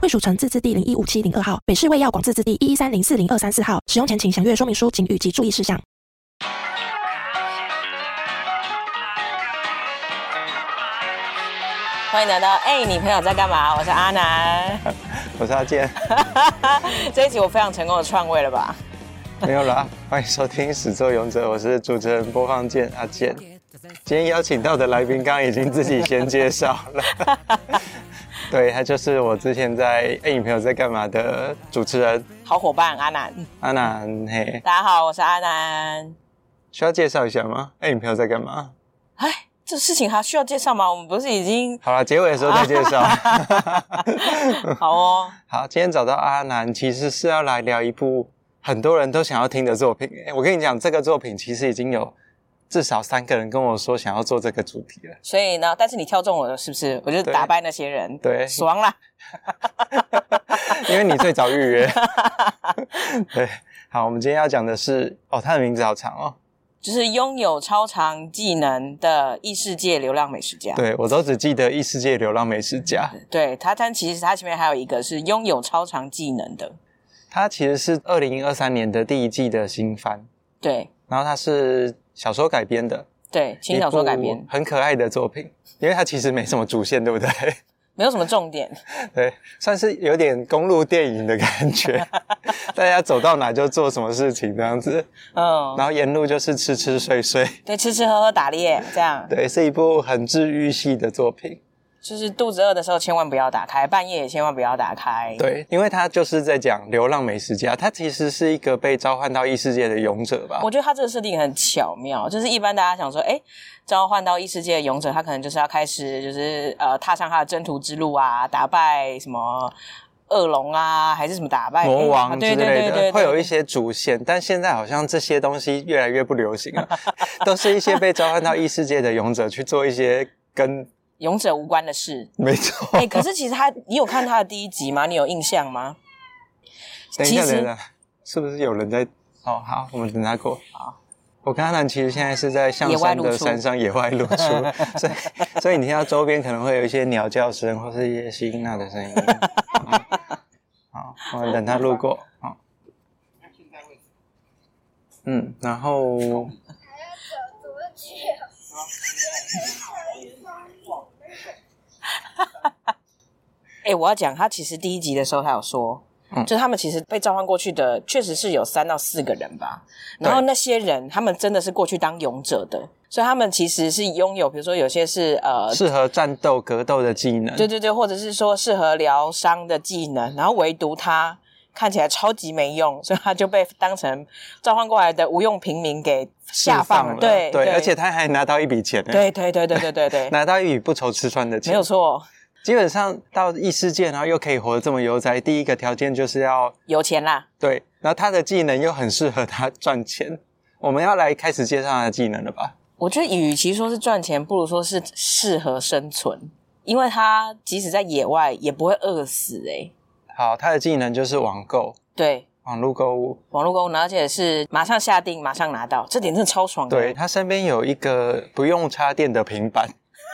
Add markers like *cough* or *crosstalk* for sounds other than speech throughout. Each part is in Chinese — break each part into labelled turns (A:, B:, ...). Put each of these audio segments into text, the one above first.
A: 惠蜀城自治地零一五七零二号，北市卫药广自治地一一三零四零二三四号。使用前请详阅说明书请及注意事项。
B: 欢迎来到哎、你朋友在干嘛？我是阿南。 *laughs*
C: 我是阿健， *laughs*
B: 这一集我非常成功的篡位了吧？
C: 没有啦，欢迎收听《始作俑者》，我是主持人播放键阿健。今天邀请到的来宾，刚刚已经自己先介绍了，对他就是我之前在《哎、你朋友在干嘛》的主持人
B: 好伙伴阿南，
C: 阿南。嘿，
B: 大家好，我是阿南。
C: 需要介绍一下吗？《哎、你朋友在干嘛
B: 哎，这事情还需要介绍吗？我们不是已
C: *laughs*
B: 经》
C: 好啦，结尾的时候再介绍。 *laughs*
B: 好哦？
C: 好，今天找到阿南，其实是要来聊一部很多人都想要听的作品。诶我跟你讲，这个作品其实已经有至少三个人跟我说想要做这个主题了。
B: 所以呢，但是你挑中我了，是不是？我就
C: 对
B: 打败那些人，
C: 对
B: 爽啦！
C: 因为你最早预约。 *laughs* 对，好，我们今天要讲的是，哦，它的名字好长哦。
B: 就是拥有超常技能的异世界流浪美食家。
C: 对我都只记得异世界流浪美食家，
B: 对，他但其实他前面还有一个是拥有超常技能的。
C: 它其实是二零二三年的第一季的新番，
B: 对
C: 然后它是小说改编的，
B: 对，轻小说改
C: 一部
B: 编，
C: 很可爱的作品。因为它其实没什么主线，对不对？
B: 没有什么重点。
C: 对，算是有点公路电影的感觉，
B: *laughs*
C: 大家走到哪就做什么事情这样子，
B: 嗯，
C: 然后沿路就是吃吃睡睡。
B: 对，吃吃喝喝打猎这样。
C: 对，是一部很治愈系的作品。
B: 就是肚子饿的时候千万不要打开，半夜也千万不要打开。，
C: 对，因为他就是在讲流浪美食家，他其实是一个被召唤到异世界的勇者吧
B: 我？觉得他这个设定很巧妙，就是一般大家想说，哎，召唤到异世界的勇者，他可能就是要开始就是呃踏上他的征途之路啊，打败什么恶龙啊，还是什么打败
C: 魔
B: 哎啊
C: 王之
B: 对对
C: 类
B: 对对对，
C: 的，会有一些主线，但现在好像这些东西越来越不流行
B: *laughs*
C: 了，都是一些被召唤到异世界的勇者去做一些跟。
B: 勇者无关的事
C: 没错。
B: 哎，可是其实他，你有看他的第一集吗？你有印象吗？
C: *laughs* 等一
B: 其
C: 下，
B: 实
C: 等一下，是不是有人在？哦，好，我们等他过。好，我跟阿南其实现在是在象
B: 野外
C: 山
B: 露
C: 的
B: 出
C: 山上野外露
B: *laughs*
C: 出，所以所以你听到周边可能会有一些鸟叫声或是一些希娜的
B: *laughs*
C: 声音。嗯好，我们等他路过。好，嗯，然后
B: 哎，我要讲，他其实第一集的时候他有说，
C: 嗯
B: 就是他们其实被召唤过去的，确实是有三到四个人吧。
C: 对
B: 然后那些人，他们真的是过去当勇者的，所以他们其实是拥有，比如说有些是呃，
C: 适合战斗格斗的技能，
B: 对对对，或者是说适合疗伤的技能，然后唯独他看起来超级没用，所以他就被当成召唤过来的无用平民给
C: 释
B: 下放
C: 了。
B: 对
C: 对，而且他还拿到一笔钱呢，
B: 对
C: 欸
B: 对对对对对
C: *laughs*
B: 对，
C: 拿到一笔不愁吃穿的钱，
B: 没有错，
C: 基本上到异世界，然后又可以活得这么悠哉，第一个条件就是要
B: 有钱啦。
C: 对，然后他的技能又很适合他赚钱。我们要来开始介绍他的技能了吧？
B: 我觉得与其说是赚钱，不如说是适合生存，因为他即使在野外也不会饿死诶、
C: 好，他的技能就是网购，
B: 对，
C: 网络购物。
B: 网络购物，然后而且是马上下定，马上拿到，这点真的超爽的。欸
C: 对，他身边有一个不用插电的平板，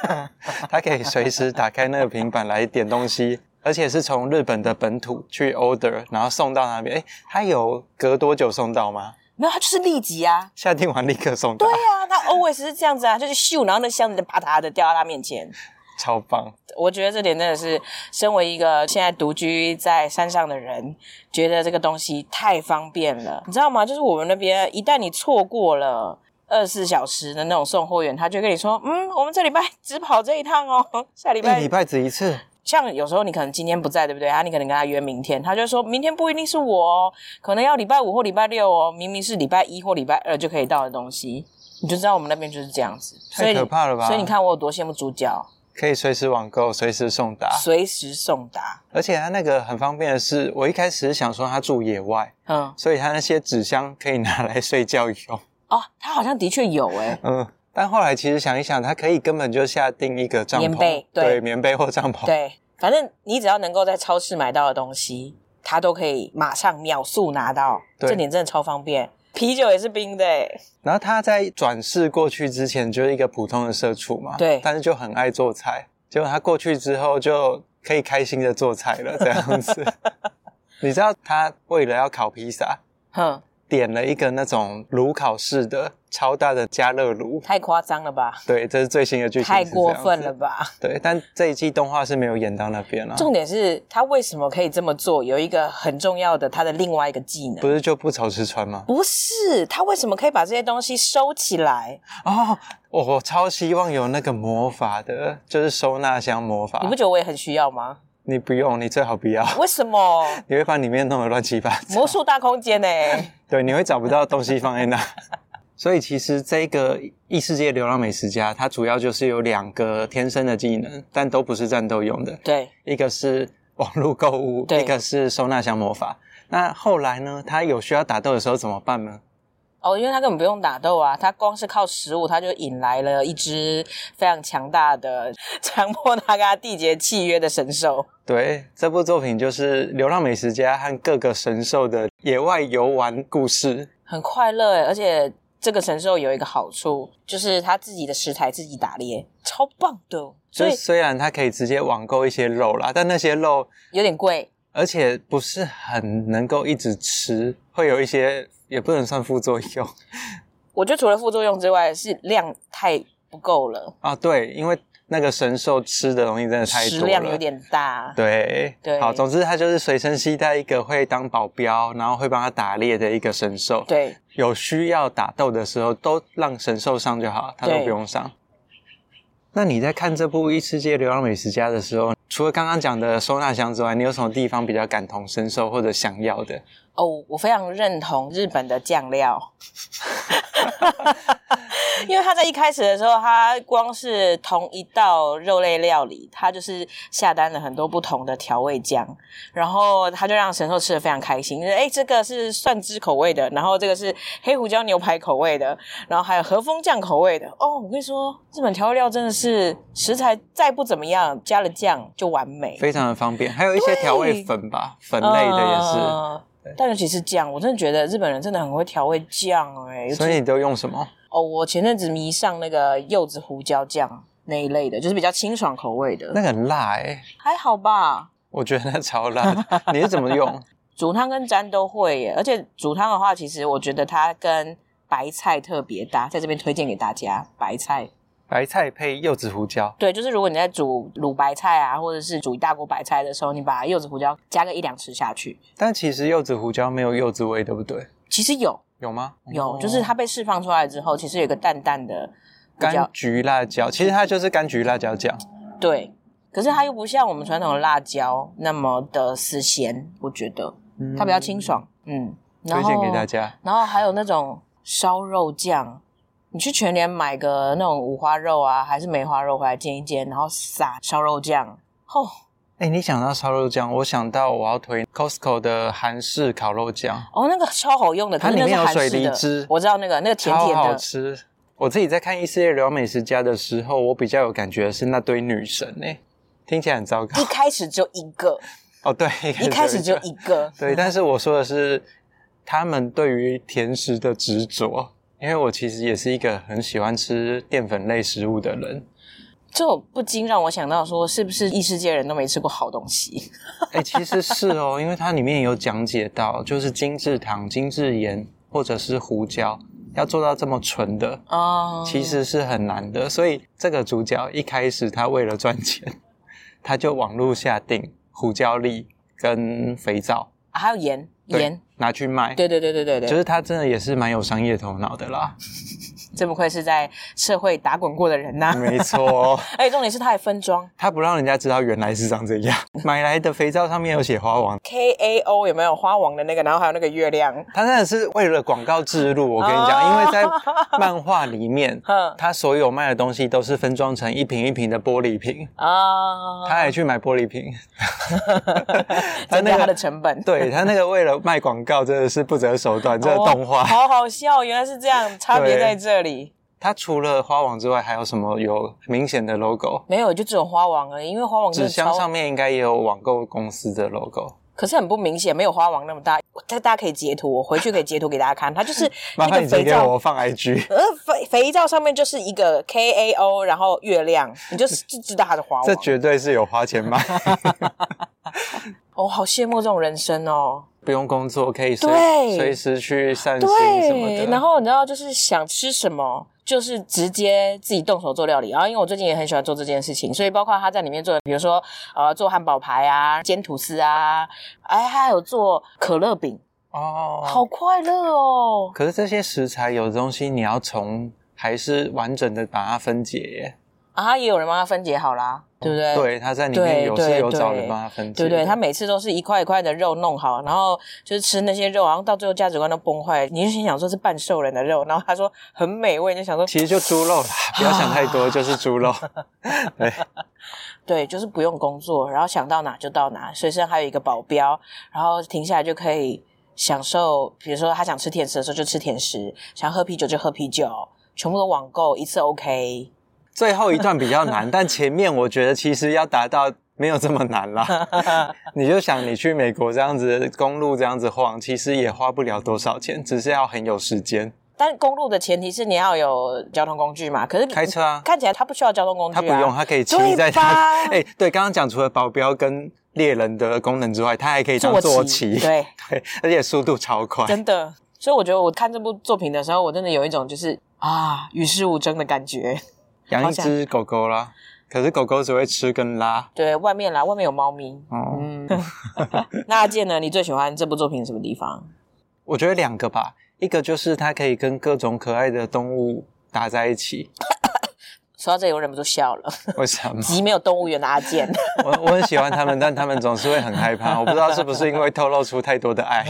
C: *laughs* 他可以随时打开那个平板来点东西，而且是从日本的本土去 order，然后送到那边。哎，他有隔多久送到吗？
B: 没有，它就是立即啊。
C: 下定完立刻送到
B: 对，啊，它 always 是这样子啊，就是咻，然后那箱子就啪嗒的掉到他面前。
C: 超棒！
B: 我觉得这点真的是，身为一个现在独居在山上的人，觉得这个东西太方便了，你知道吗？就是我们那边，一旦你错过了。二十四小时的那种送货员，他就跟你说：“嗯，我们这礼拜只跑这一趟哦，下礼
C: 一
B: 拜
C: 礼拜只一次，
B: 像有时候你可能今天不在，对不对？啊，你可能跟他约明天，他就说明天不一定是我哦，可能要礼拜五或礼拜六哦，明明是礼拜一或礼拜二就可以到的东西，你就知道我们那边就是这样子，
C: 太可怕了吧
B: 所以你所以你看我有多羡慕主角，
C: 可以随时网购，随时送达，
B: 随时送达。
C: 而且它那个很方便的是，我一开始想说它住野外，
B: 嗯，
C: 所以它那些纸箱可以拿来睡觉用。
B: 哦，它好像的确有哎、
C: 嗯，但后来其实想一想，它可以根本就下定一个帐篷，
B: 棉被对
C: 对，棉被或帐篷，
B: 对，反正你只要能够在超市买到的东西，它都可以马上秒速拿到，
C: 对
B: 这点真的超方便。啤酒也是冰的、欸，
C: 然后他在转世过去之前就是一个普通的社畜嘛，
B: 对
C: 但是就很爱做菜。结果他过去之后就可以开心的做菜了，这样子。 *laughs* 你知道他为了要烤披萨，
B: 哼，
C: 点了一个那种炉烤式的超大的加热炉。
B: 太夸张了吧？
C: 对，这是最新的剧情，
B: 太过分了
C: 是这样子。
B: 吧？
C: 对，但这一季动画是没有演到那边啊了、
B: 重点是他为什么可以这么做？有一个很重要的他的另外一个技能
C: 不，是就不愁吃穿吗？
B: 不是他为什么可以把这些东西收起来？
C: 哦，我我超希望有那个魔法的，就是收纳箱魔法。
B: 你不觉得我也很需要吗？
C: 你不用，你最好不要。
B: 为什
C: *laughs*
B: 么？
C: 你会把里面弄得乱七八糟，
B: 魔术大空间呢、欸
C: *laughs* 对，你会找不到东西放在那。 *laughs* 所以其实这个异世界流浪美食家，它主要就是有两个天生的技能，但都不是战斗用的，
B: 对，
C: 一个是网络购物，
B: 对
C: 一个是收纳箱魔法。那后来呢？他有需要打斗的时候怎么办呢？
B: 哦，因为他根本不用打斗啊，他光是靠食物，他就引来了一只非常强大的、 *laughs* 强迫他跟他缔结契约的神兽。
C: 对，这部作品就是流浪美食家和各个神兽的野外游玩故事。
B: 很快乐欸，而且这个神兽有一个好处，就是他自己的食材自己打猎，超棒的，所
C: 所以
B: 以
C: 虽然它可以直接网购一些肉啦，但那些肉
B: 有点贵。
C: 而且不是很能够一直吃，会有一些也不能算副作用
B: 我觉得除了副作用之外，是量太不够了，
C: 啊。对，因为那个神兽吃的东西真的太多了，
B: 食量有点大。
C: 对
B: 对
C: 好，总之它就是随身携带一个会当保镖，然后会帮他打猎的一个神兽。，
B: 对，
C: 有需要打斗的时候都让神兽上就好，他都不用上。那你在看这部《异世界流浪美食家》的时候，除了刚刚讲的收纳箱之外，你有什么地方比较感同身受或者想要的？
B: 哦，我非常认同日本的酱料，因为他在一开始的时候，他光是同一道肉类料理，他就是下单了很多不同的调味酱，然后他就让神兽吃的非常开心。就是哎，这个是蒜汁口味的，然后这个是黑胡椒牛排口味的，然后还有和风酱口味的。哦，我跟你说，日本调味料真的是食材再不怎么样，加了酱就完美。
C: 非常的方便，还有一些调味
B: *laughs*
C: 粉吧，粉类的也是。
B: 嗯但尤其是酱，我真的觉得日本人真的很会调味酱哎、尤其
C: 所以你都用什么？
B: 哦，我前阵子迷上那个柚子胡椒酱那一类的，就是比较清爽口味的，
C: 那个很辣哎、
B: 还好吧。
C: 我觉得那超辣
B: *laughs*
C: 的。你是怎么用？
B: 煮汤跟沾都会耶，而且煮汤的话，其实我觉得它跟白菜特别搭，在这边推荐给大家白菜。
C: 白菜配柚子胡椒，
B: 对，就是如果你在煮卤白菜啊，或者是煮一大锅白菜的时候，你把柚子胡椒加个一两匙下去，
C: 但其实柚子胡椒没有柚子味，对不对？
B: 其实有
C: 有吗？
B: 有
C: 哦，
B: 就是它被释放出来之后，其实有一个淡淡的比较
C: 柑橘辣椒，其实它就是柑橘辣椒酱。
B: 对，可是它又不像我们传统的辣椒那么的死咸，我觉得
C: 嗯
B: 它比较清，爽。嗯，然
C: 推
B: 后
C: 荐给大家。
B: 然后还有那种烧肉酱，你去全联买个那种五花肉啊，还是梅花肉回来煎一煎，然后撒烧肉酱。哦，
C: 哎、你想到烧肉酱，我想到我要推 Costco 的韩式烤肉酱， *laughs*
B: 哦，那个超好用的，可
C: 它
B: 是
C: 里
B: 那
C: 面
B: 是
C: 有
B: 韩
C: 水
B: 式
C: 梨
B: 的。
C: 汁，
B: 我知道那个那个甜甜
C: 超好
B: 的，
C: 吃。我自己在看《异世界流浪美食家》的时候，我比较有感觉的是那堆女神哎、听起来很糟糕
B: 一开始只有一个，
C: *laughs* 哦。对，
B: 一开始只有
C: 个
B: 一个。
C: *laughs* 对，但是我说的是他们对于甜食的执着，因为我其实也是一个很喜欢吃淀粉类食物的人。
B: 这不禁让我想到说，是不是异世界人都没吃过好东西？
C: *laughs* 哎、其实是哦，因为它里面有讲解到，就是精致糖、精致盐或者是胡椒，要做到这么纯的。
B: 哦，
C: 其实是很难的，所以这个主角一开始他为了赚钱，他就网络下定胡椒粒跟肥皂，
B: 啊还有盐
C: 对
B: 盐，
C: 拿去卖，
B: 对对对对对对， *laughs*
C: 就是他真的也是蛮有商业头脑的啦。
B: 真不愧是在社会打滚过的人呐、 *laughs*
C: 没错，
B: 而且重点是它还分装
C: 它不让人家知道原来是长这样。买来的肥皂上面有写花王，
B: K A O 有没有花王的那个，然后还有那个月亮，
C: 它真的是为了广告植入。我跟你讲，
B: 哦
C: 因为在漫画
B: *laughs*
C: 里面
B: 嗯，
C: 它所有卖的东西都是分装成一瓶一瓶的玻璃瓶，
B: 啊，，
C: 他还去买玻璃瓶它
B: 增加
C: 那个
B: 它的成本。
C: 对他那个为了卖广告真的是不择手 *laughs* 段，这个动画。
B: 哦好好笑，原来是这样，差别
C: 对
B: 在这里。
C: 它除了花王之外，还有什么有明显的 logo？
B: 没有，就只有花王而已，因为花王真
C: 纸
B: 的
C: 箱
B: 超，
C: 上面应该也有网购公司的 logo。
B: 可是很不明显，没有花王那么大。但大家可以截图，我回去可以截图给大家看，它就是
C: *laughs*
B: 那
C: 麻烦
B: 个
C: 你截
B: 肥
C: 给
B: 皂
C: 我，放
B: *laughs*
C: IG。
B: 呃，肥肥皂上面就是一个 K A O，然后月亮，你就就知道它是花王。
C: 这绝对是有花
B: *laughs*
C: 钱买，
B: 哦，好羡慕这种人生哦。
C: 不用工作可以随
B: 对
C: 随时去散心什么
B: 对，
C: 的。
B: 然后你知道，就是想吃什么，就是直接自己动手做料理。啊然后，因为我最近也很喜欢做这件事情，所以包括他在里面做的，比如说呃，做汉堡排啊，煎吐司啊，哎，他还有做可乐饼，
C: 哦，
B: 好快乐哦！
C: 可是这些食材有的东西你要从还是完整的把它分解耶，
B: 啊，也有人帮他分解好啦，对不对？。
C: 对，它在里
B: 对
C: 面有是
B: 对
C: 有找
B: 对
C: 人帮它分解
B: 对
C: 的，
B: 不对？他每次都是一块一块的肉弄好，然后就是吃那些肉，然后到最后价值观都崩坏。你就心想说是半兽人的肉，然后他说很美味，你就想说
C: 其实就猪肉啦，不要想太
B: *laughs*
C: 多，就是猪肉。
B: 对，就是不用工作，然后想到哪就到哪，随身还有一个保镖，然后停下来就可以享受，比如说他想吃甜食的时候就吃甜食，想喝啤酒就喝啤酒，全部都网购一次 OK。
C: 最后一段比较难，但前面我觉得其实要达到没有这么难
B: *laughs*
C: 啦。你就想你去美国这样子公路这样子晃，其实也花不了多少钱，只是要很有时间
B: 但公路的前提是你要有交通工具嘛，可是
C: 开车啊。
B: 看起来他不需要交通工具、
C: 他
B: 啊，
C: 不用，他可以骑
B: 对
C: 在
B: 吧
C: 他哎、对，刚刚讲除了保镖跟猎人的功能之外，他还可以当坐骑， *laughs*
B: 对，
C: 对，而且速度超快。
B: 真的。所以我觉得我看这部作品的时候，我真的有一种就是啊与世无争的感觉。
C: 养
B: 好
C: 一
B: 想
C: 只狗狗啦，可是狗狗只会吃跟拉。
B: 对外面啦，外面有猫咪。
C: 哦、
B: 嗯， *laughs* 那阿健呢？你最喜欢这部作品什么地方？
C: 我觉得两个吧，一个就是它可以跟各种可爱的动物打在一起。
B: 说到这里，我忍不住笑了。
C: 为什么？ *laughs*
B: 极没有动物园的阿健， *laughs*
C: 我我很喜欢它们，但它们总是会很害怕。我不知道是不是因为透露出太多的爱，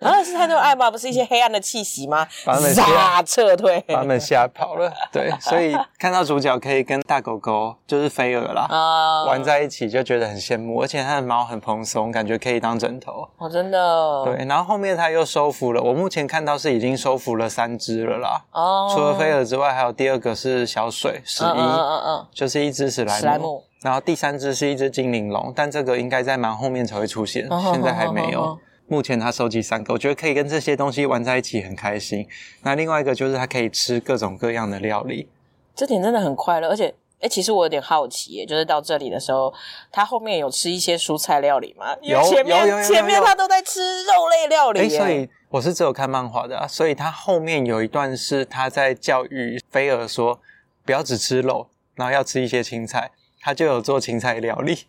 B: 啊，是太多爱吗？不是一些黑暗的气息吗？
C: 把他们
B: 撒撤退
C: 把它们吓跑了。对，所以看到主角可以跟大狗狗，就是菲尔啦，
B: 啊
C: 玩！在一起，就觉得很羡慕。而且它的毛很蓬松，感觉可以当枕头。
B: 我哦真的
C: 对，然后后面它又收服了，我目前看到是已经收服了三只了啦。
B: 哦
C: 除了菲尔之外，还有第二个是小水十一，
B: 嗯嗯嗯嗯，
C: 就是一只史莱姆，
B: 史莱姆
C: 然后第三只是一只精灵龙，但这个应该在蛮后面才会出现，
B: 哦
C: 现在还没有。
B: 哦哦哦
C: 目前他收集三个，我觉得可以跟这些东西玩在一起很开心。那另外一个就是他可以吃各种各样的料理，
B: 这点真的很快乐，而且哎、诶其实我有点好奇耶，就是到这里的时候，他后面有吃一些蔬菜料理吗？因为
C: 有
B: 前面
C: 有有有有
B: 前面他都在吃肉类料理
C: 诶，
B: 耶，
C: 所以我是只有看漫画的、啊，所以他后面有一段是他在教育菲儿说，不要只吃肉，然后要吃一些青菜，他就有做青菜料理。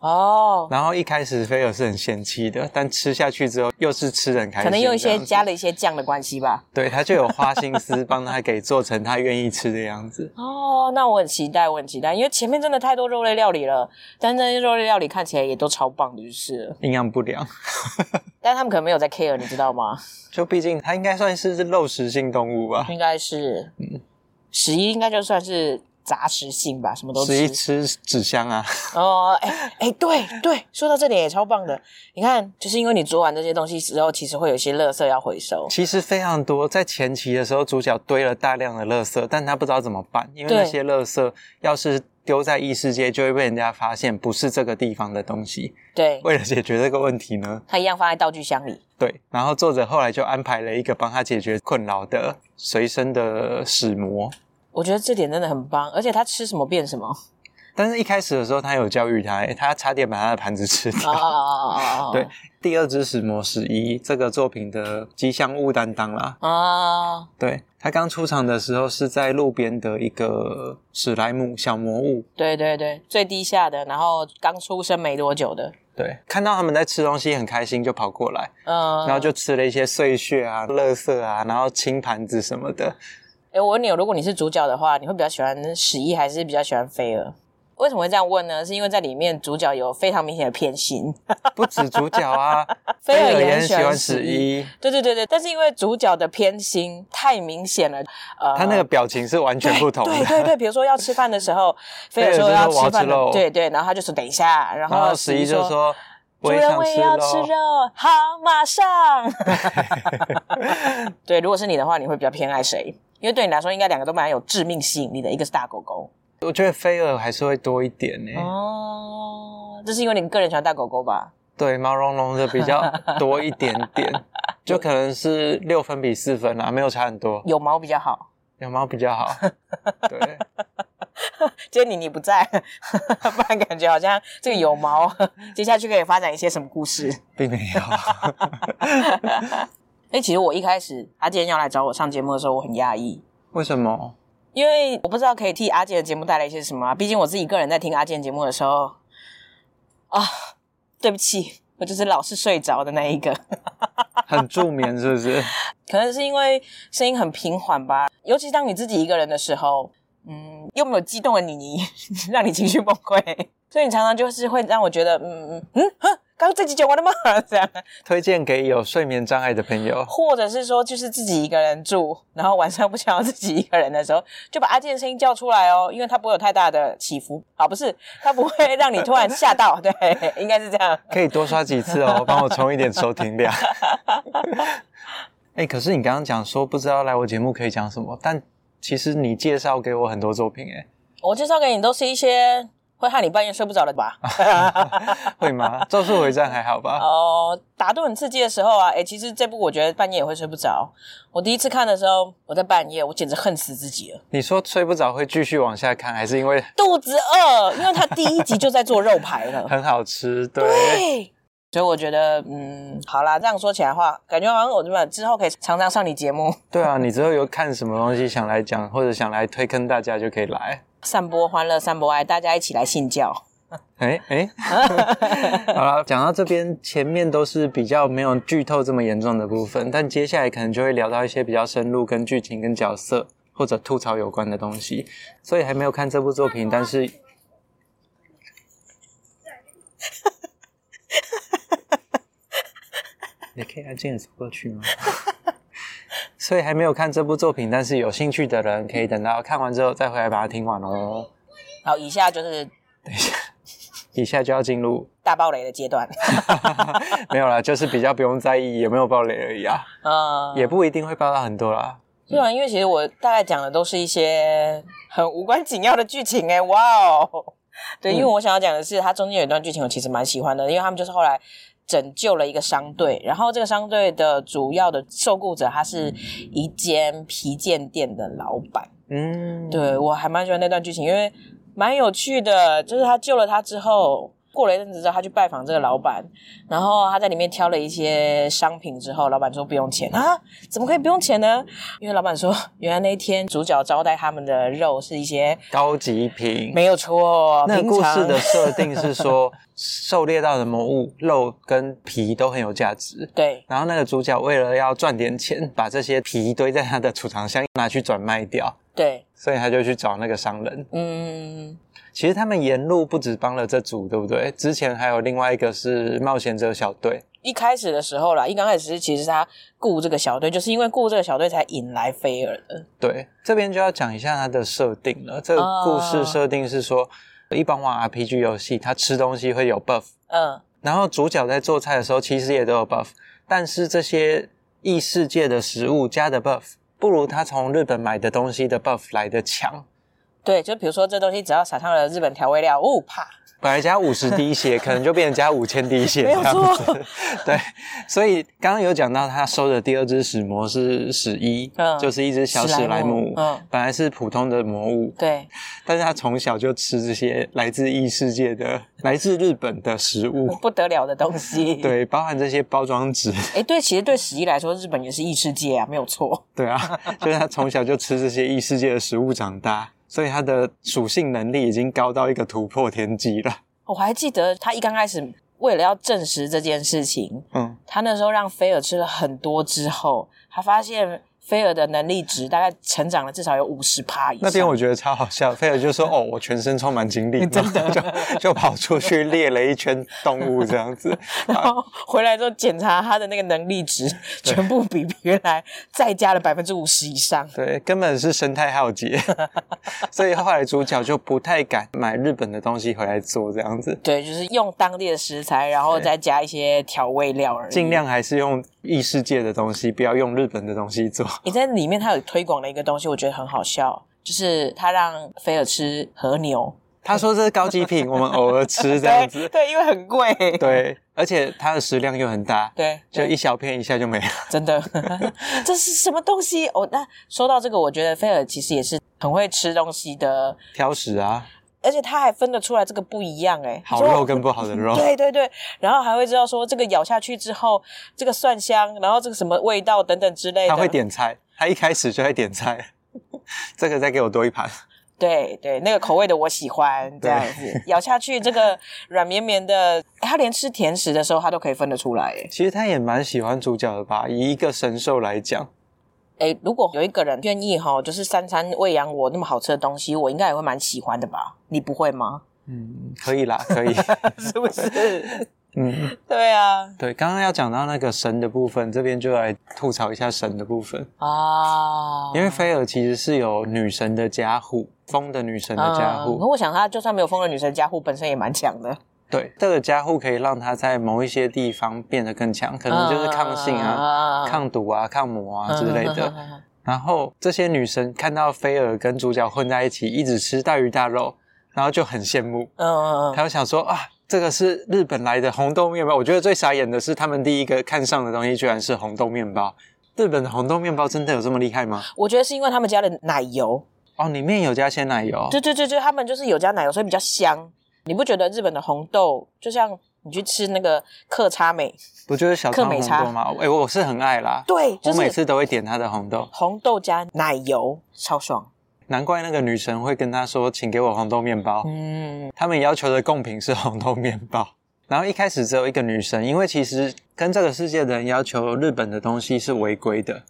B: 哦，
C: 然后一开始菲尔是很嫌弃的，但吃下去之后又是吃的很开心，
B: 可能用一
C: 这
B: 些
C: 样子
B: 加了一些酱的关系吧。
C: 对他就有花心思帮他给做成他愿意吃的样子。
B: *laughs* 哦，那我很期待，我很期待，因为前面真的太多肉类料理了，但那些肉类料理看起来也都超棒的，就是了。
C: 营养不良，
B: 但他们可能没有在 care，你知道吗？
C: 就毕竟它应该算是肉食性动物吧，
B: 应该是，
C: 嗯
B: 十一应该就算是杂食性吧，什么都
C: 十一
B: 吃。
C: 吃纸箱啊，
B: 哦，哎哎，对对，说到这点也超棒的。你看，就是因为你煮完这些东西之后，其实会有一些垃圾要回收。
C: 其实非常多。在前期的时候，主角堆了大量的垃圾，但他不知道怎么办，因为
B: 对
C: 那些垃圾要是丢在异世界，就会被人家发现不是这个地方的东西。
B: 对，
C: 为了解决这个问题呢，
B: 它一样放在道具箱里。
C: 对，然后作者后来就安排了一个帮他解决困扰的随身的使魔。
B: 我觉得这点真的很棒，而且它吃什么变什么。
C: 但是一开始的时候，他有教育他，诶他差点把他的盘子吃
B: 啊
C: 掉。
B: 啊啊啊啊！啊
C: 对， *laughs* 第二只石魔十一这个作品的吉祥物担当啦。
B: 啊，
C: 对他刚出场的时候是在路边的一个史莱姆小魔物。
B: 对对对，最低下的，然后刚出生没多久的，
C: 对，看到他们在吃东西很开心，就跑过来，
B: 嗯，
C: 啊然后就吃了一些碎屑啊、垃圾啊，然后清盘子什么的。
B: 哎，我问你，如果你是主角的话，你会比较喜欢十一还是比较喜欢菲儿？为什么会这样问呢？是因为在里面主角有非常明显的偏心，
C: 不止主角 *laughs* 啊，
B: 菲儿也
C: 也
B: 很
C: 很
B: 喜
C: 喜
B: 欢
C: 欢
B: 十
C: 十
B: 一。
C: 一，
B: 对对对对，但是因为主角的偏心太明显了，呃，
C: 他那个表情是完全不同的。
B: 对对对，比如说要吃饭的时候，菲尔
C: 菲尔
B: 说
C: 就
B: 要
C: 说我
B: 吃
C: 要
B: 饭
C: 吃
B: 的，
C: 肉
B: 对对，然后他就说等一下，然
C: *laughs* 然
B: 后
C: 后十一就说：“
B: 主
C: 我也
B: 人
C: 想
B: 我也要吃
C: 吃
B: 肉
C: 肉。，
B: 好，马上。 *laughs* 对，如果是你的话，你会比较偏爱谁？因为对你来说，应该两个都蛮有致命吸引力的，一个是大狗狗
C: 我觉得菲尔还是会多一点
B: 嗯
C: 呢、
B: 哦，这是因为你个人喜欢大狗狗吧？
C: 对，毛茸茸的比较多一点
B: *laughs*
C: 点，就可能是六分比四分啊啦，没有差很多，
B: 有毛比较好。
C: 有猫比
B: *laughs*
C: 较好。对，
B: 今天你你不在， *laughs* 不然感觉好像这个有毛，接下去可以发展一些什么故事？
C: 并
B: *laughs*
C: 没有。
B: 哎、其实我一开始他今天要来找我上节目的时候，我很压抑，
C: 为什么？
B: 因为我不知道可以替阿健的节目带来一些什么、啊。毕竟我自己个人在听阿健节目的时候，啊，对不起，我就是老是睡着的那一个。 *laughs*
C: 很助眠是不是？
B: 可能是因为声音很平缓吧，尤其当你自己一个人的时候，嗯，又没有激动的你 *laughs* 你，让你情绪崩溃，所以你常常就是会让我觉得，嗯嗯嗯，哼刚刚这集讲完了吗？ *laughs* 这样，
C: 推荐给有睡眠障碍的朋友。
B: 或者是说就是自己一个人住，然后晚上不想要自己一个人的时候，就把阿健的声音叫出来哦，因为它不会有太大的起伏啊，不是，它不 *laughs* 会让你突然吓到，对，应该是这 *laughs* 样。
C: 可以多刷几
B: *laughs*
C: 次哦，帮我充一点收听量。 *laughs* 哎、可是你刚刚讲说不知道来我节目可以讲什么，但其实你介绍给我很多作品、欸，
B: 我介绍给你都是一些会害你半夜睡不着的 *laughs* 吧？*laughs*
C: 会吗？《咒术回战》还好吧？
B: 哦，打斗很刺激的时候啊，哎、其实这部我觉得半夜也会睡不着。我第一次看的时候，我在半夜，我简直恨死自己了，
C: 你说睡不着会继续往下看，还是因为
B: 肚子饿，因为他第一集就在做肉排 *laughs* 了。
C: 很好吃？对，
B: 对，所以我觉得，嗯，好啦，这样说起来的话，感觉好像我这么之后可以常常上你节目，
C: 对啊，你之后有看什么东西想来讲，或者想来推坑大家就可以来。
B: 散播欢乐，散播爱，大家一起来信教。
C: 哎哎，好了，讲到这边，前面都是比较没有剧透这么严重的部分，但接下来可能就会聊到一些比较深入跟剧情、跟角色或者吐槽有关的东西。所以还没有看这部作品，但是你可以安静的走过去吗？所以还没有看这部作品，但是有兴趣的人可以等到看完之后再回来把它听完哦。
B: 好，以下就是
C: 以下就要进入
B: 大爆雷的阶
C: *laughs*
B: 段。
C: 没有啦，就是比较不用在意有没有爆雷而已啊，
B: 嗯，
C: 也不一定会爆到很多啦。
B: 对啊，因为其实我大概讲的都是一些很无关紧要的剧情哎、哇哦！对，
C: 嗯
B: 因为我想要讲的是，它中间有一段剧情我其实蛮喜欢的，因为他们就是后来拯救了一个商队，然后这个商队的主要的受雇者他是一间皮件店的老板。
C: 嗯，，
B: 对我还蛮喜欢那段剧情，因为蛮有趣的，就是他救了他之后，过了一阵子之后，他去拜访这个老板，然后他在里面挑了一些商品之后，老板说不用钱啊，怎么可以不用钱呢？因为老板说，原来那一天主角招待他们的肉是一些
C: 高级品。
B: 没有错，
C: 那个
B: 平
C: 故
B: 常
C: 事的设定是说，狩猎到的魔物肉跟皮都很有价值。
B: *laughs* 对
C: 然后那个主角为了要赚点钱，把这些皮堆在他的储藏箱，拿去转卖掉，
B: 对，
C: 所以他就去找那个商人。
B: 嗯，
C: 其实他们沿路不止帮了这组，对不对？之前还有另外一个是冒险者小队，
B: 一开始的时候啦，一刚开始是其实他雇这个小队，就是因为雇这个小队才引来菲尔的，
C: 对，这边就要讲一下它的设定了。这个故事
B: 哦
C: 设定是说，一般玩 RPG 游戏，它吃东西会有 buff，
B: 嗯，
C: 然后主角在做菜的时候其实也都有 buff，但是这些异世界的食物加的 buff 不如他从日本买的东西的 buff 来的强。
B: 对，就比如说这东西只要撒上了日本调味料，哦，啪，
C: 本来加五十
B: *laughs*
C: 滴血，可能就变成加五千滴血，
B: 没有
C: 这样子 *laughs*
B: 错。
C: 对，所以刚刚有讲到他收的第二只史魔是史一，
B: 嗯
C: 就是一只小史莱姆，
B: 史莱姆嗯
C: 本来是普通的魔物，
B: 对，
C: 但是他从小就吃这些来自异世界的、来自日本的食物，
B: 不得了的东西。，
C: *laughs* 对，包含这些包装纸， *laughs*
B: 哎，对，其实对十一来说，日本也是异世界啊，没有错。
C: 对啊，就是他从小就吃这些异世界的食物长大，所以他的属性能力已经高到一个突破天际了。
B: 我还记得他一刚开始为了要证实这件事情，
C: 嗯，
B: 他那时候让菲尔吃了很多之后，他发现菲尔的能力值大概成长了至少有五十趴以上。
C: 那边我觉得超好笑，菲尔就说：“哦，我全身充满精力。” *laughs* 真的就就跑出去猎了一圈动物这样子。
B: 然后回来之后检查他的那个能力值，全部比原来再加了百分之五十以上。
C: *laughs* 对，根本是生态浩 *laughs* 劫，所以后来主角就不太敢买日本的东西回来做这样子，
B: 对，就是用当地的食材，然后再加一些调味料而已。
C: 尽量还是用异世界的东西，不要用日本的东西做。
B: 你在里面他有推广了一个东西，我觉得很好笑，就是他让菲尔吃和牛，
C: *laughs* 他说这是高级品，我们偶尔吃这样子。
B: 对，因为很贵，
C: *laughs* 对，而且它的食量又很大，
B: 对
C: 就
B: 对
C: 一小片一下就没了。
B: 真的， *laughs* 这是什么东西？哦，那说到这个，我觉得菲尔其实也是很会吃东西的，
C: *laughs* 挑食啊，
B: 而且他还分得出来这个不一样哎，
C: 好
B: 你说
C: *laughs* 肉跟不好的 *laughs* 肉。
B: 对对对，然后还会知道说这个咬下去之后，这个蒜香，然后这个什么味道等等之类的。
C: 他会，点菜，他一开始就会点菜。 *laughs* 这个再给我多一盘，
B: 对对，那个口味的我喜欢这
C: 对
B: 样子，咬下去这个软绵绵的，他连吃甜食的时候他都可以分得出来。哎
C: 其实他也蛮喜欢主角的吧？以一个神兽来讲，
B: 哎，如果有一个人愿意哈，就是三餐喂养我那么好吃的东西，我应该也会蛮喜欢的吧？你不会吗？
C: 嗯，可以啦，可 *laughs* 以。
B: 是不是？
C: 嗯，
B: 对啊，
C: 对，刚刚要讲到那个神的部分，这边就来吐槽一下神的部分，
B: 啊，
C: 因为菲尔其实是有女神的加护，风的女神的
B: 嗯
C: 加
B: 可
C: 护。
B: 我想他就算没有风的女神加护，本身也蛮强的。
C: 对，这个加护可以让他在某一些地方变得更强，可
B: 可
C: 能就是抗性啊、
B: 啊
C: 抗毒啊、抗魔啊之类的。
B: 的。
C: 然后这些女生看到菲尔跟主角混在一起，一直吃大鱼大肉，然后就很羡慕。
B: 嗯，
C: 她就想说啊，这个是日本来的红豆面包。我觉得最傻眼的是，他们第一个看上的东西居然是红豆面包。日本的红豆面包真的有这么厉害吗？
B: 我觉得是因为他们加了奶油，
C: 哦，里面有加鲜奶油。
B: 对对对对，他们就是有加奶油，所以比较香。你不觉得日本的红豆就像你去吃那个克差美，
C: 不就是小汤
B: 克美
C: 红
B: 茶
C: 豆吗？哎、我是很爱啦，
B: 对，就
C: 我每
B: 是
C: 次都会点他的红豆。
B: 红豆加奶油，超爽。
C: 难怪那个女神会跟他说：“请给我红豆面包。”
B: 嗯，
C: 他们要求的贡品是红豆面包。 *laughs* 然后一开始只有一个女神，因为其实跟这个世界的人要求日本的东西是违规的，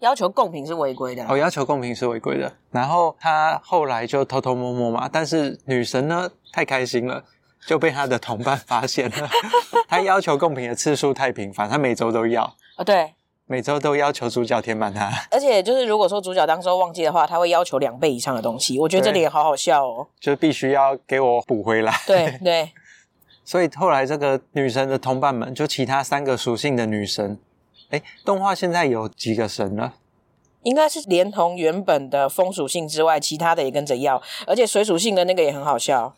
B: 要求贡品是违规的。
C: 哦，要求贡品是违规的。然后她后来就偷偷摸摸嘛，但是女神呢太开心了，就被她的同伴发现了。 *laughs* 她要求贡品的次数太频繁，她每周都要，
B: 哦，对，
C: 每周都要求主角填满它，
B: 而且就是如果说主角当时候忘记的话，他会要求两倍以上的东西。我觉得这
C: 对
B: 里也好好笑 *laughs* 哦。
C: 就必须要给我补回来。 *laughs*
B: 对对，
C: 所以后来这个女神的同伴们，就其他三个属性的女神，哎，动画现在有几个神呢？
B: 应该是连同原本的风属性之外，其他的也跟着要，而且水属性的那个也很好笑。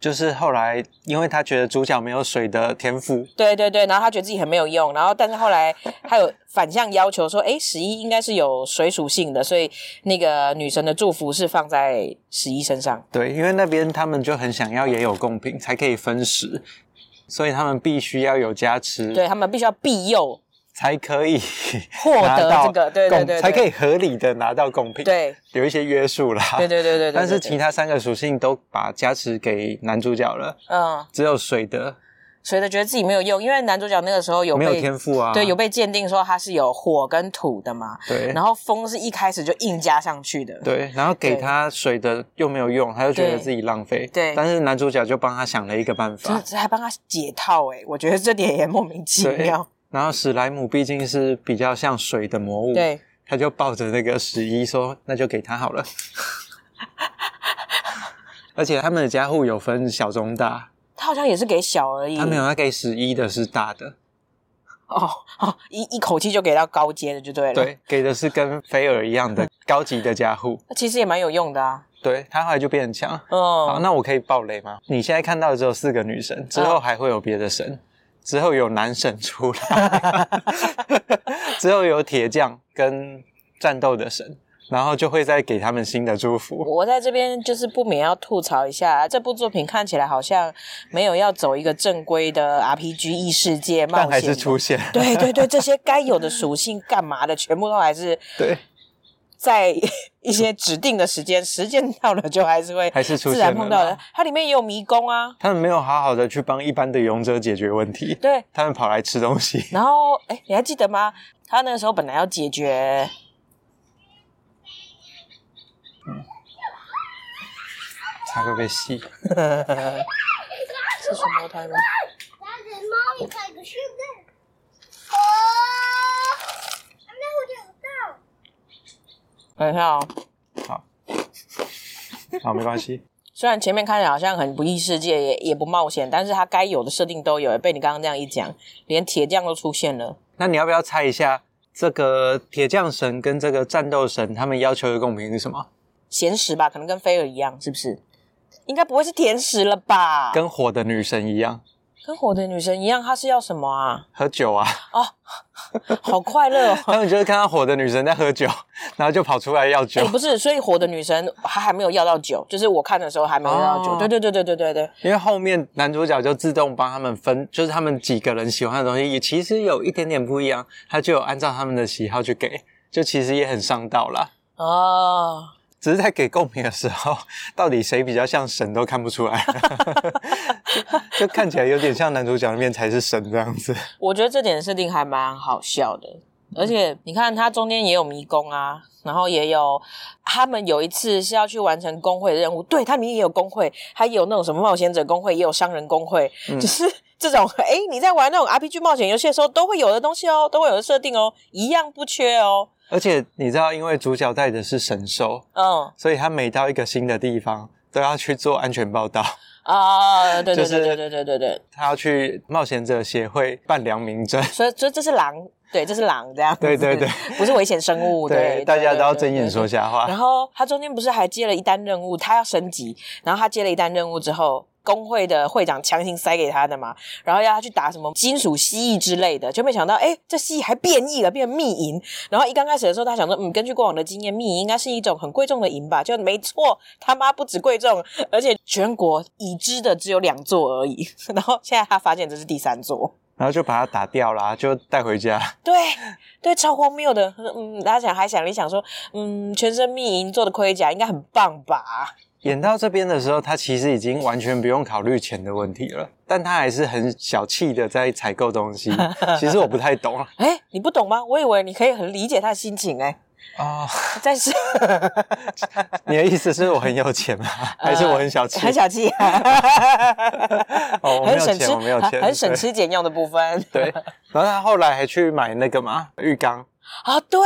C: 就是后来，因为他觉得主角没有水的天赋，
B: 对对对，然后他觉得自己很没有用，然后但是后来他有反向要求说，哎，十一应该是有水属性的，所以那个女神的祝福是放在十一身上。
C: 对，因为那边他们就很想要也有贡品才可以分食，所以他们必须要有加持，
B: 对他们必须要庇佑
C: 才可以
B: 获
C: *laughs* 拿
B: 得
C: 到
B: 这个，对对
C: 贡
B: 对，
C: 才可
B: 以，
C: 以合理的拿到贡品，，
B: 对
C: 有一些约束啦。
B: 对对对对对。
C: 但是
B: 对
C: 其他三个属性都把加持给男主角了，
B: 嗯，
C: 只有水的
B: 随着觉得自己没有用，因为男主角那个时候有
C: 没
B: 被
C: 有天赋啊。
B: 对有被鉴定说他是有火跟土的嘛，
C: 对，
B: 然后风是一开始就硬加上去的。
C: 对，然后给
B: 对
C: 他水的又没有用，他就觉得
B: 对
C: 自己浪费。
B: 对
C: 但是男主角就帮他想了一个办
B: 就
C: 法。
B: 是还帮他解套哎、我觉得这点也莫名其
C: 对
B: 妙。
C: 然后史莱姆毕竟是比较像水的魔物，，
B: 对，
C: 他就抱着那个十一说：“那就给他好了。” *laughs* 而且他们的家户有分小、中、大，
B: 他好像也是给小而已。
C: 他没有他给十一的是大的，
B: 哦哦，一一口气就给到高阶的就对了。，
C: 对，给的是跟菲尔一样
B: 嗯
C: 的高级的家户，
B: 那其实也蛮有用的啊。
C: 对他后来就变很强。好，
B: 嗯，
C: 那我可以爆雷吗？你现在看到的只有四个女
B: 哦
C: 神，之后还会有别的神，之后有男神出来， *laughs* 之后有铁匠跟战斗的神，然后就会再给他们新的祝福。
B: 我在这边就是不免要吐槽一下，啊这部作品看起来好像没有要走一个正规的 RPG 异世界冒
C: 但
B: 险，
C: 还是出。现，
B: 对对对，这些该有的属性干嘛的，全部都还是
C: *laughs* 对
B: 在一些指定的时间，时间到了就还是会
C: 还是出
B: 自然
C: 现了
B: 碰到的
C: 啦。
B: 它里面也有迷宫啊，
C: 他们没有好好的去帮一般的勇者解决问题，
B: 对。
C: 他们跑来吃东西。 *laughs*
B: 然后，哎，你还记得吗？他那个时候本来要解决，
C: 他会被戏，
B: 是双胞胎吗？
D: That is mommy tiger. Shoot there. Oh! I know who did it down.
B: 等一下哦，
C: 好，没关系。
B: 虽然前面看起来好像很不异世界，也也不冒险，但是它该有的设定都有。被你刚刚这样一讲，连铁匠都出现了。
C: 那你要不要猜一下，这个铁匠神跟这个战斗神他们要求的贡品是什么？
B: 咸食吧，可能跟菲尔一样，是不是？应该不会是甜食了吧？
C: 跟火的女神一样，
B: 跟火的女神一样，她是要什么啊？
C: 喝酒啊。 *laughs*
B: 好快乐哦！
C: 他们就是看到火的女神在喝酒， *laughs* 然后就跑出来要酒
B: 哎、，不是，所以火的女神她还没有要到酒，就是我看的时候还没有要到酒。
C: 哦
B: 对、对对对对对对，
C: 因为后面男主角就自动帮他们分，就是他们几个人喜欢的东西也其实有一点点不一样，他就有按照他们的喜好去给，就其实也很上道啦。
B: 哦，
C: 只是在给贡品的时候， *laughs* 到底谁比较像神都看不出来， *laughs* 就看起来有点像男主角那边才是神这样子。
B: 我觉得这点设定还蛮好笑的。而且你看，它中间也有迷宫啊，然后也有他们有一次是要去完成工会的任务，对，他们也有工会，还有那种什么冒险者工会，也有商人工会，
C: 嗯
B: 就是 *laughs* 这种哎、诶你在玩那种 RPG 冒险游戏的时候都会有的东西哦，都会有的设定哦，一样不缺哦，
C: 而且你知道，因为主角带的是神兽，
B: 嗯
C: 所以他每到一个新的地方都要去做安全报道，
B: 啊，对对
C: 就是
B: 对对对对对对，
C: 他要去冒险者协会办良民证。
B: 所以所以这是狼，对，这是狼这样子，
C: 对对对，
B: 不是危险生物，对，
C: 大家都要睁
B: 睁
C: 眼说瞎话
B: 然。后他中间不是还接了一单任务，他要升级，然后他接了一单任务之后，工会的会长强行塞给他的嘛，然后要他去打什么金属蜥蜴之类的，就没想到，哎，这蜥蜴还变异了，变成密银。然后一刚开始的时候，他想说，嗯，根据过往的经验，密银应该是一种很贵重的银吧？就嗯没错，他妈不止贵重，而且全国已知的只有两座而已。 *laughs* 然后现在他发现这是第三座。 *laughs*
C: 然后就把它打掉啦，就带回家。
B: 对对，超荒谬的。嗯，他想还想了一想说，嗯，全身密银做的盔甲应该很棒吧？
C: 演到这边的时候，他其实已经完全不用考虑钱的问题了，但他还是很小气的在采购
B: *laughs*
C: 东西。其实我不太懂啊、
B: 哎，你不懂吗？我以为你可以很理解他的心情哎、
C: 哦
B: 但是
C: 你的意思是我很有钱
B: *laughs*
C: 吗？ *laughs* 还是我很小气？
B: 很小气、
C: 哦， *laughs* 我没
B: 呃很
C: 有
B: 省
C: 钱，
B: 吃，
C: 我没有钱，
B: 很省吃俭用的部分。 *laughs*
C: 对。对，然后他后来还去买那个嘛浴缸，
B: 啊，对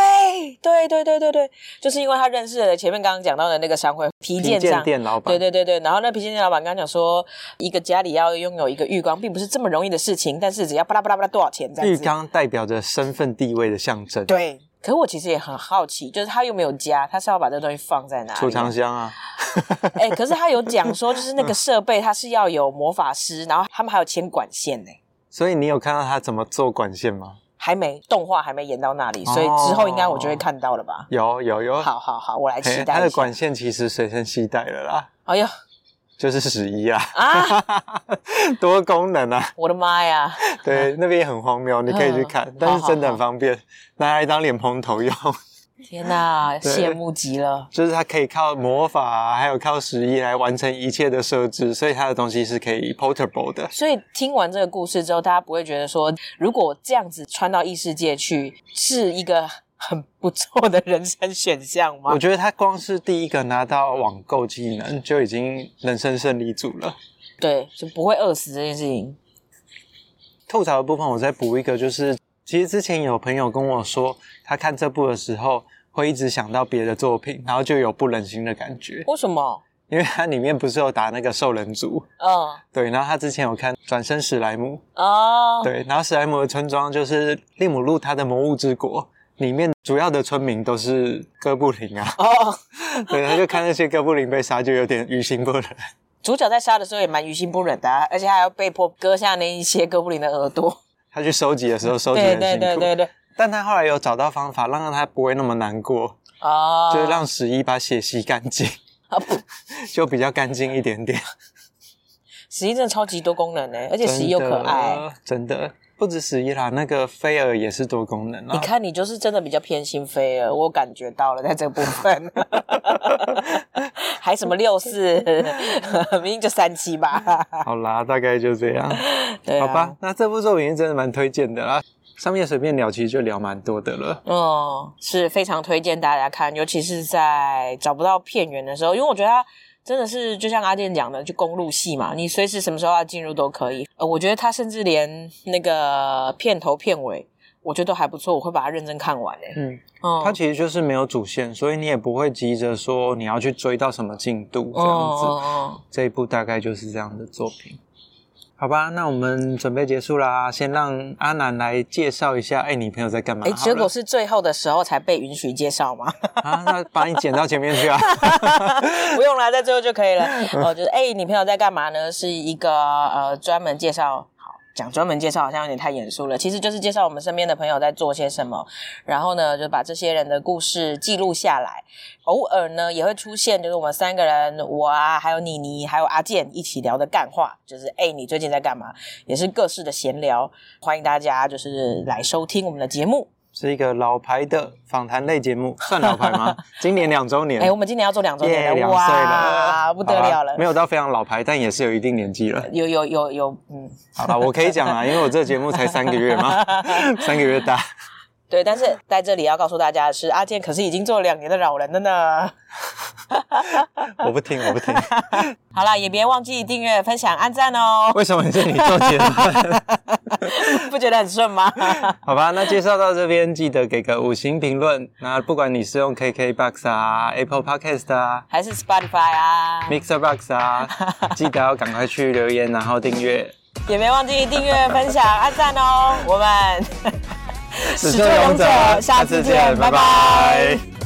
B: 对对对对对，就是因为他认识了前面刚刚讲到的那个商会皮
C: 皮
B: 件
C: 件
B: 商。
C: 店老板。
B: 对对对对，然后那皮件店老板刚刚讲说，一个家里要拥有一个浴缸，并不是这么容易的事情，但是只要巴拉巴拉巴拉多少钱这样
C: 浴
B: 子。
C: 缸代表着身份地位的象征，
B: 对，可我其实也很好奇，就是他又没有家，他是要把这东西放在哪里？
C: 储藏箱啊，
B: 哎、可是他有讲说，就是那个
C: 嗯
B: 设备它是要有魔法师，然后他们还有牵管线呢、
C: 所以你有看到他怎么做管线吗？
B: 还没动画还没演到那里，所以
C: 哦
B: 之后应该我就会看到了吧？
C: 有有有，
B: 好好好，我来期
C: 哦嘿，
B: 待
C: 它
B: 一
C: 的
B: 下。
C: 管线其实随身携带了啦，
B: 哎呦
C: 就是十一啊， *laughs*
B: 啊！
C: 多功能啊，
B: 我的妈呀！
C: 对，那边也很荒谬，你可以
B: 嗯
C: 去看，但是真的很方便，拿来当脸盆头用，
B: 天哪，
C: *laughs* 对
B: 羡慕极了！
C: 就是它可以靠魔法、啊、还有靠十一来完成一切的设置，所以它的东西是可以 portable 的。
B: 所以听完这个故事之后，大家不会觉得说，如果这样子穿到异世界去，是一个很不错的人生选项吗
C: 我？觉得他光是第一个拿到网购技能就已经人生胜利组了。
B: 对，就不会饿死这件事情。
C: 吐槽的部分，我再补一个，就是其实之前有朋友跟我说，他看这部的时候会一直想到别的作品，然后就有不忍心的感觉，
B: 为什么？
C: 因为它里面不是有打那个兽人族，
B: 嗯
C: 对，然后他之前有看《转身史莱姆》，
B: 哦，，
C: 对，然后史莱姆的村庄就是利姆路他的魔物之国。里面主要的村民都是哥布林啊
B: 哦，
C: *laughs* 对，他就看那些哥布林被杀，就有点于心不忍。
B: 主角在杀的时候也蛮于心不忍的、啊，而且还要被迫割下那一些哥布林的耳朵。
C: 他去收集的时候，收集
B: 对
C: 得很辛
B: 对
C: 苦。
B: 对对对，
C: 但他后来有找到方法，让他不会那么难过，
B: 哦，
C: 就是让十一把血吸干净， *laughs*
B: 啊不
C: 就比较干净一点点。 *laughs*
B: 十一真的超级多功能呢、而且十一又可爱，
C: 真的，真的。啊不止十一啦，那个飞蛾也是多功能
B: 你
C: 啊。
B: 看，你就是真的比较偏心飞了，我感觉到了，在这个部
C: *laughs*
B: 分，还什么六四， *laughs* 明明就三七
C: *laughs*
B: 吧，
C: 好啦，大概就这样。
B: *laughs* 对、啊，
C: 好吧，，那这部作品是真的蛮推荐的啦。上面随便聊，其实就聊蛮多的了。
B: 嗯，是非常推荐大家看，尤其是在找不到片源的时候，因为我觉得它真的是就像阿健讲的，就公路戏嘛，你随时什么时候要进入都可以。呃，我觉得它甚至连那个片头片尾，我觉得都还不错，我会把它认真看完诶、
C: 嗯，
B: 嗯，
C: 它其实就是没有主线，所以你也不会急着说你要去追到什么进度这样子。
B: 嗯嗯嗯
C: 这一部大概就是这样的作品。好吧，那我们准备结束啦，先让阿南来介绍一下，哎、你朋友在干嘛好
B: 哎、
C: 了？
B: 结果是最后的时候才被允许介绍吗？
C: 啊，那把你剪到前面
B: *laughs*
C: 去啊。 *laughs*
B: 不用啦，在最后就可以了。哦，就是哎、你朋友在干嘛呢？是一个呃专门介绍。好讲专门介绍好像有点太严肃了，其实就是介绍我们身边的朋友在做些什么，然后呢，就把这些人的故事记录下来。偶尔呢，也会出现，就是我们三个人，我啊，还有妮妮，还有阿健一起聊的干话，就是哎、你最近在干嘛？也是各式的闲聊，欢迎大家就是来收听我们的节目。
C: 是一个老牌的访谈类节目，算老
B: *laughs*
C: 牌吗？今年两周年，
B: 哎、我们今年要做两周
C: 嗯耶
B: 年
C: 两
B: 了，
C: 岁
B: 哇，
C: 了，
B: 不得了
C: 好
B: 了
C: 没，有到非常老牌，但也是有一定年纪
B: *laughs*
C: 了。
B: 有有有有，嗯，
C: 好了，我可以讲啦，因为我这节目才三个
B: *laughs*
C: 月嘛，三个月大。
B: 对，但是在这里要告诉大家的是，阿健可是已经做了两年的老人了呢。 *laughs*
C: 我不听，我不听。
B: 好啦，也别忘记订阅、分享、按赞 *laughs* 哦。
C: 为什么是你做结论？
B: 不觉得很顺吗？ *laughs*
C: 好吧，那介绍到这边，记得给个五星评论。那不管你是用 KKBox 啊、Apple Podcast 啊、
B: 还是 Spotify 啊，
C: Mixer Box *laughs* 啊，记得要赶快去留言，然后订阅。
B: 也别忘记订阅、分享、按赞哦。我们
C: 始作俑者
B: 下次见，拜拜
C: 拜拜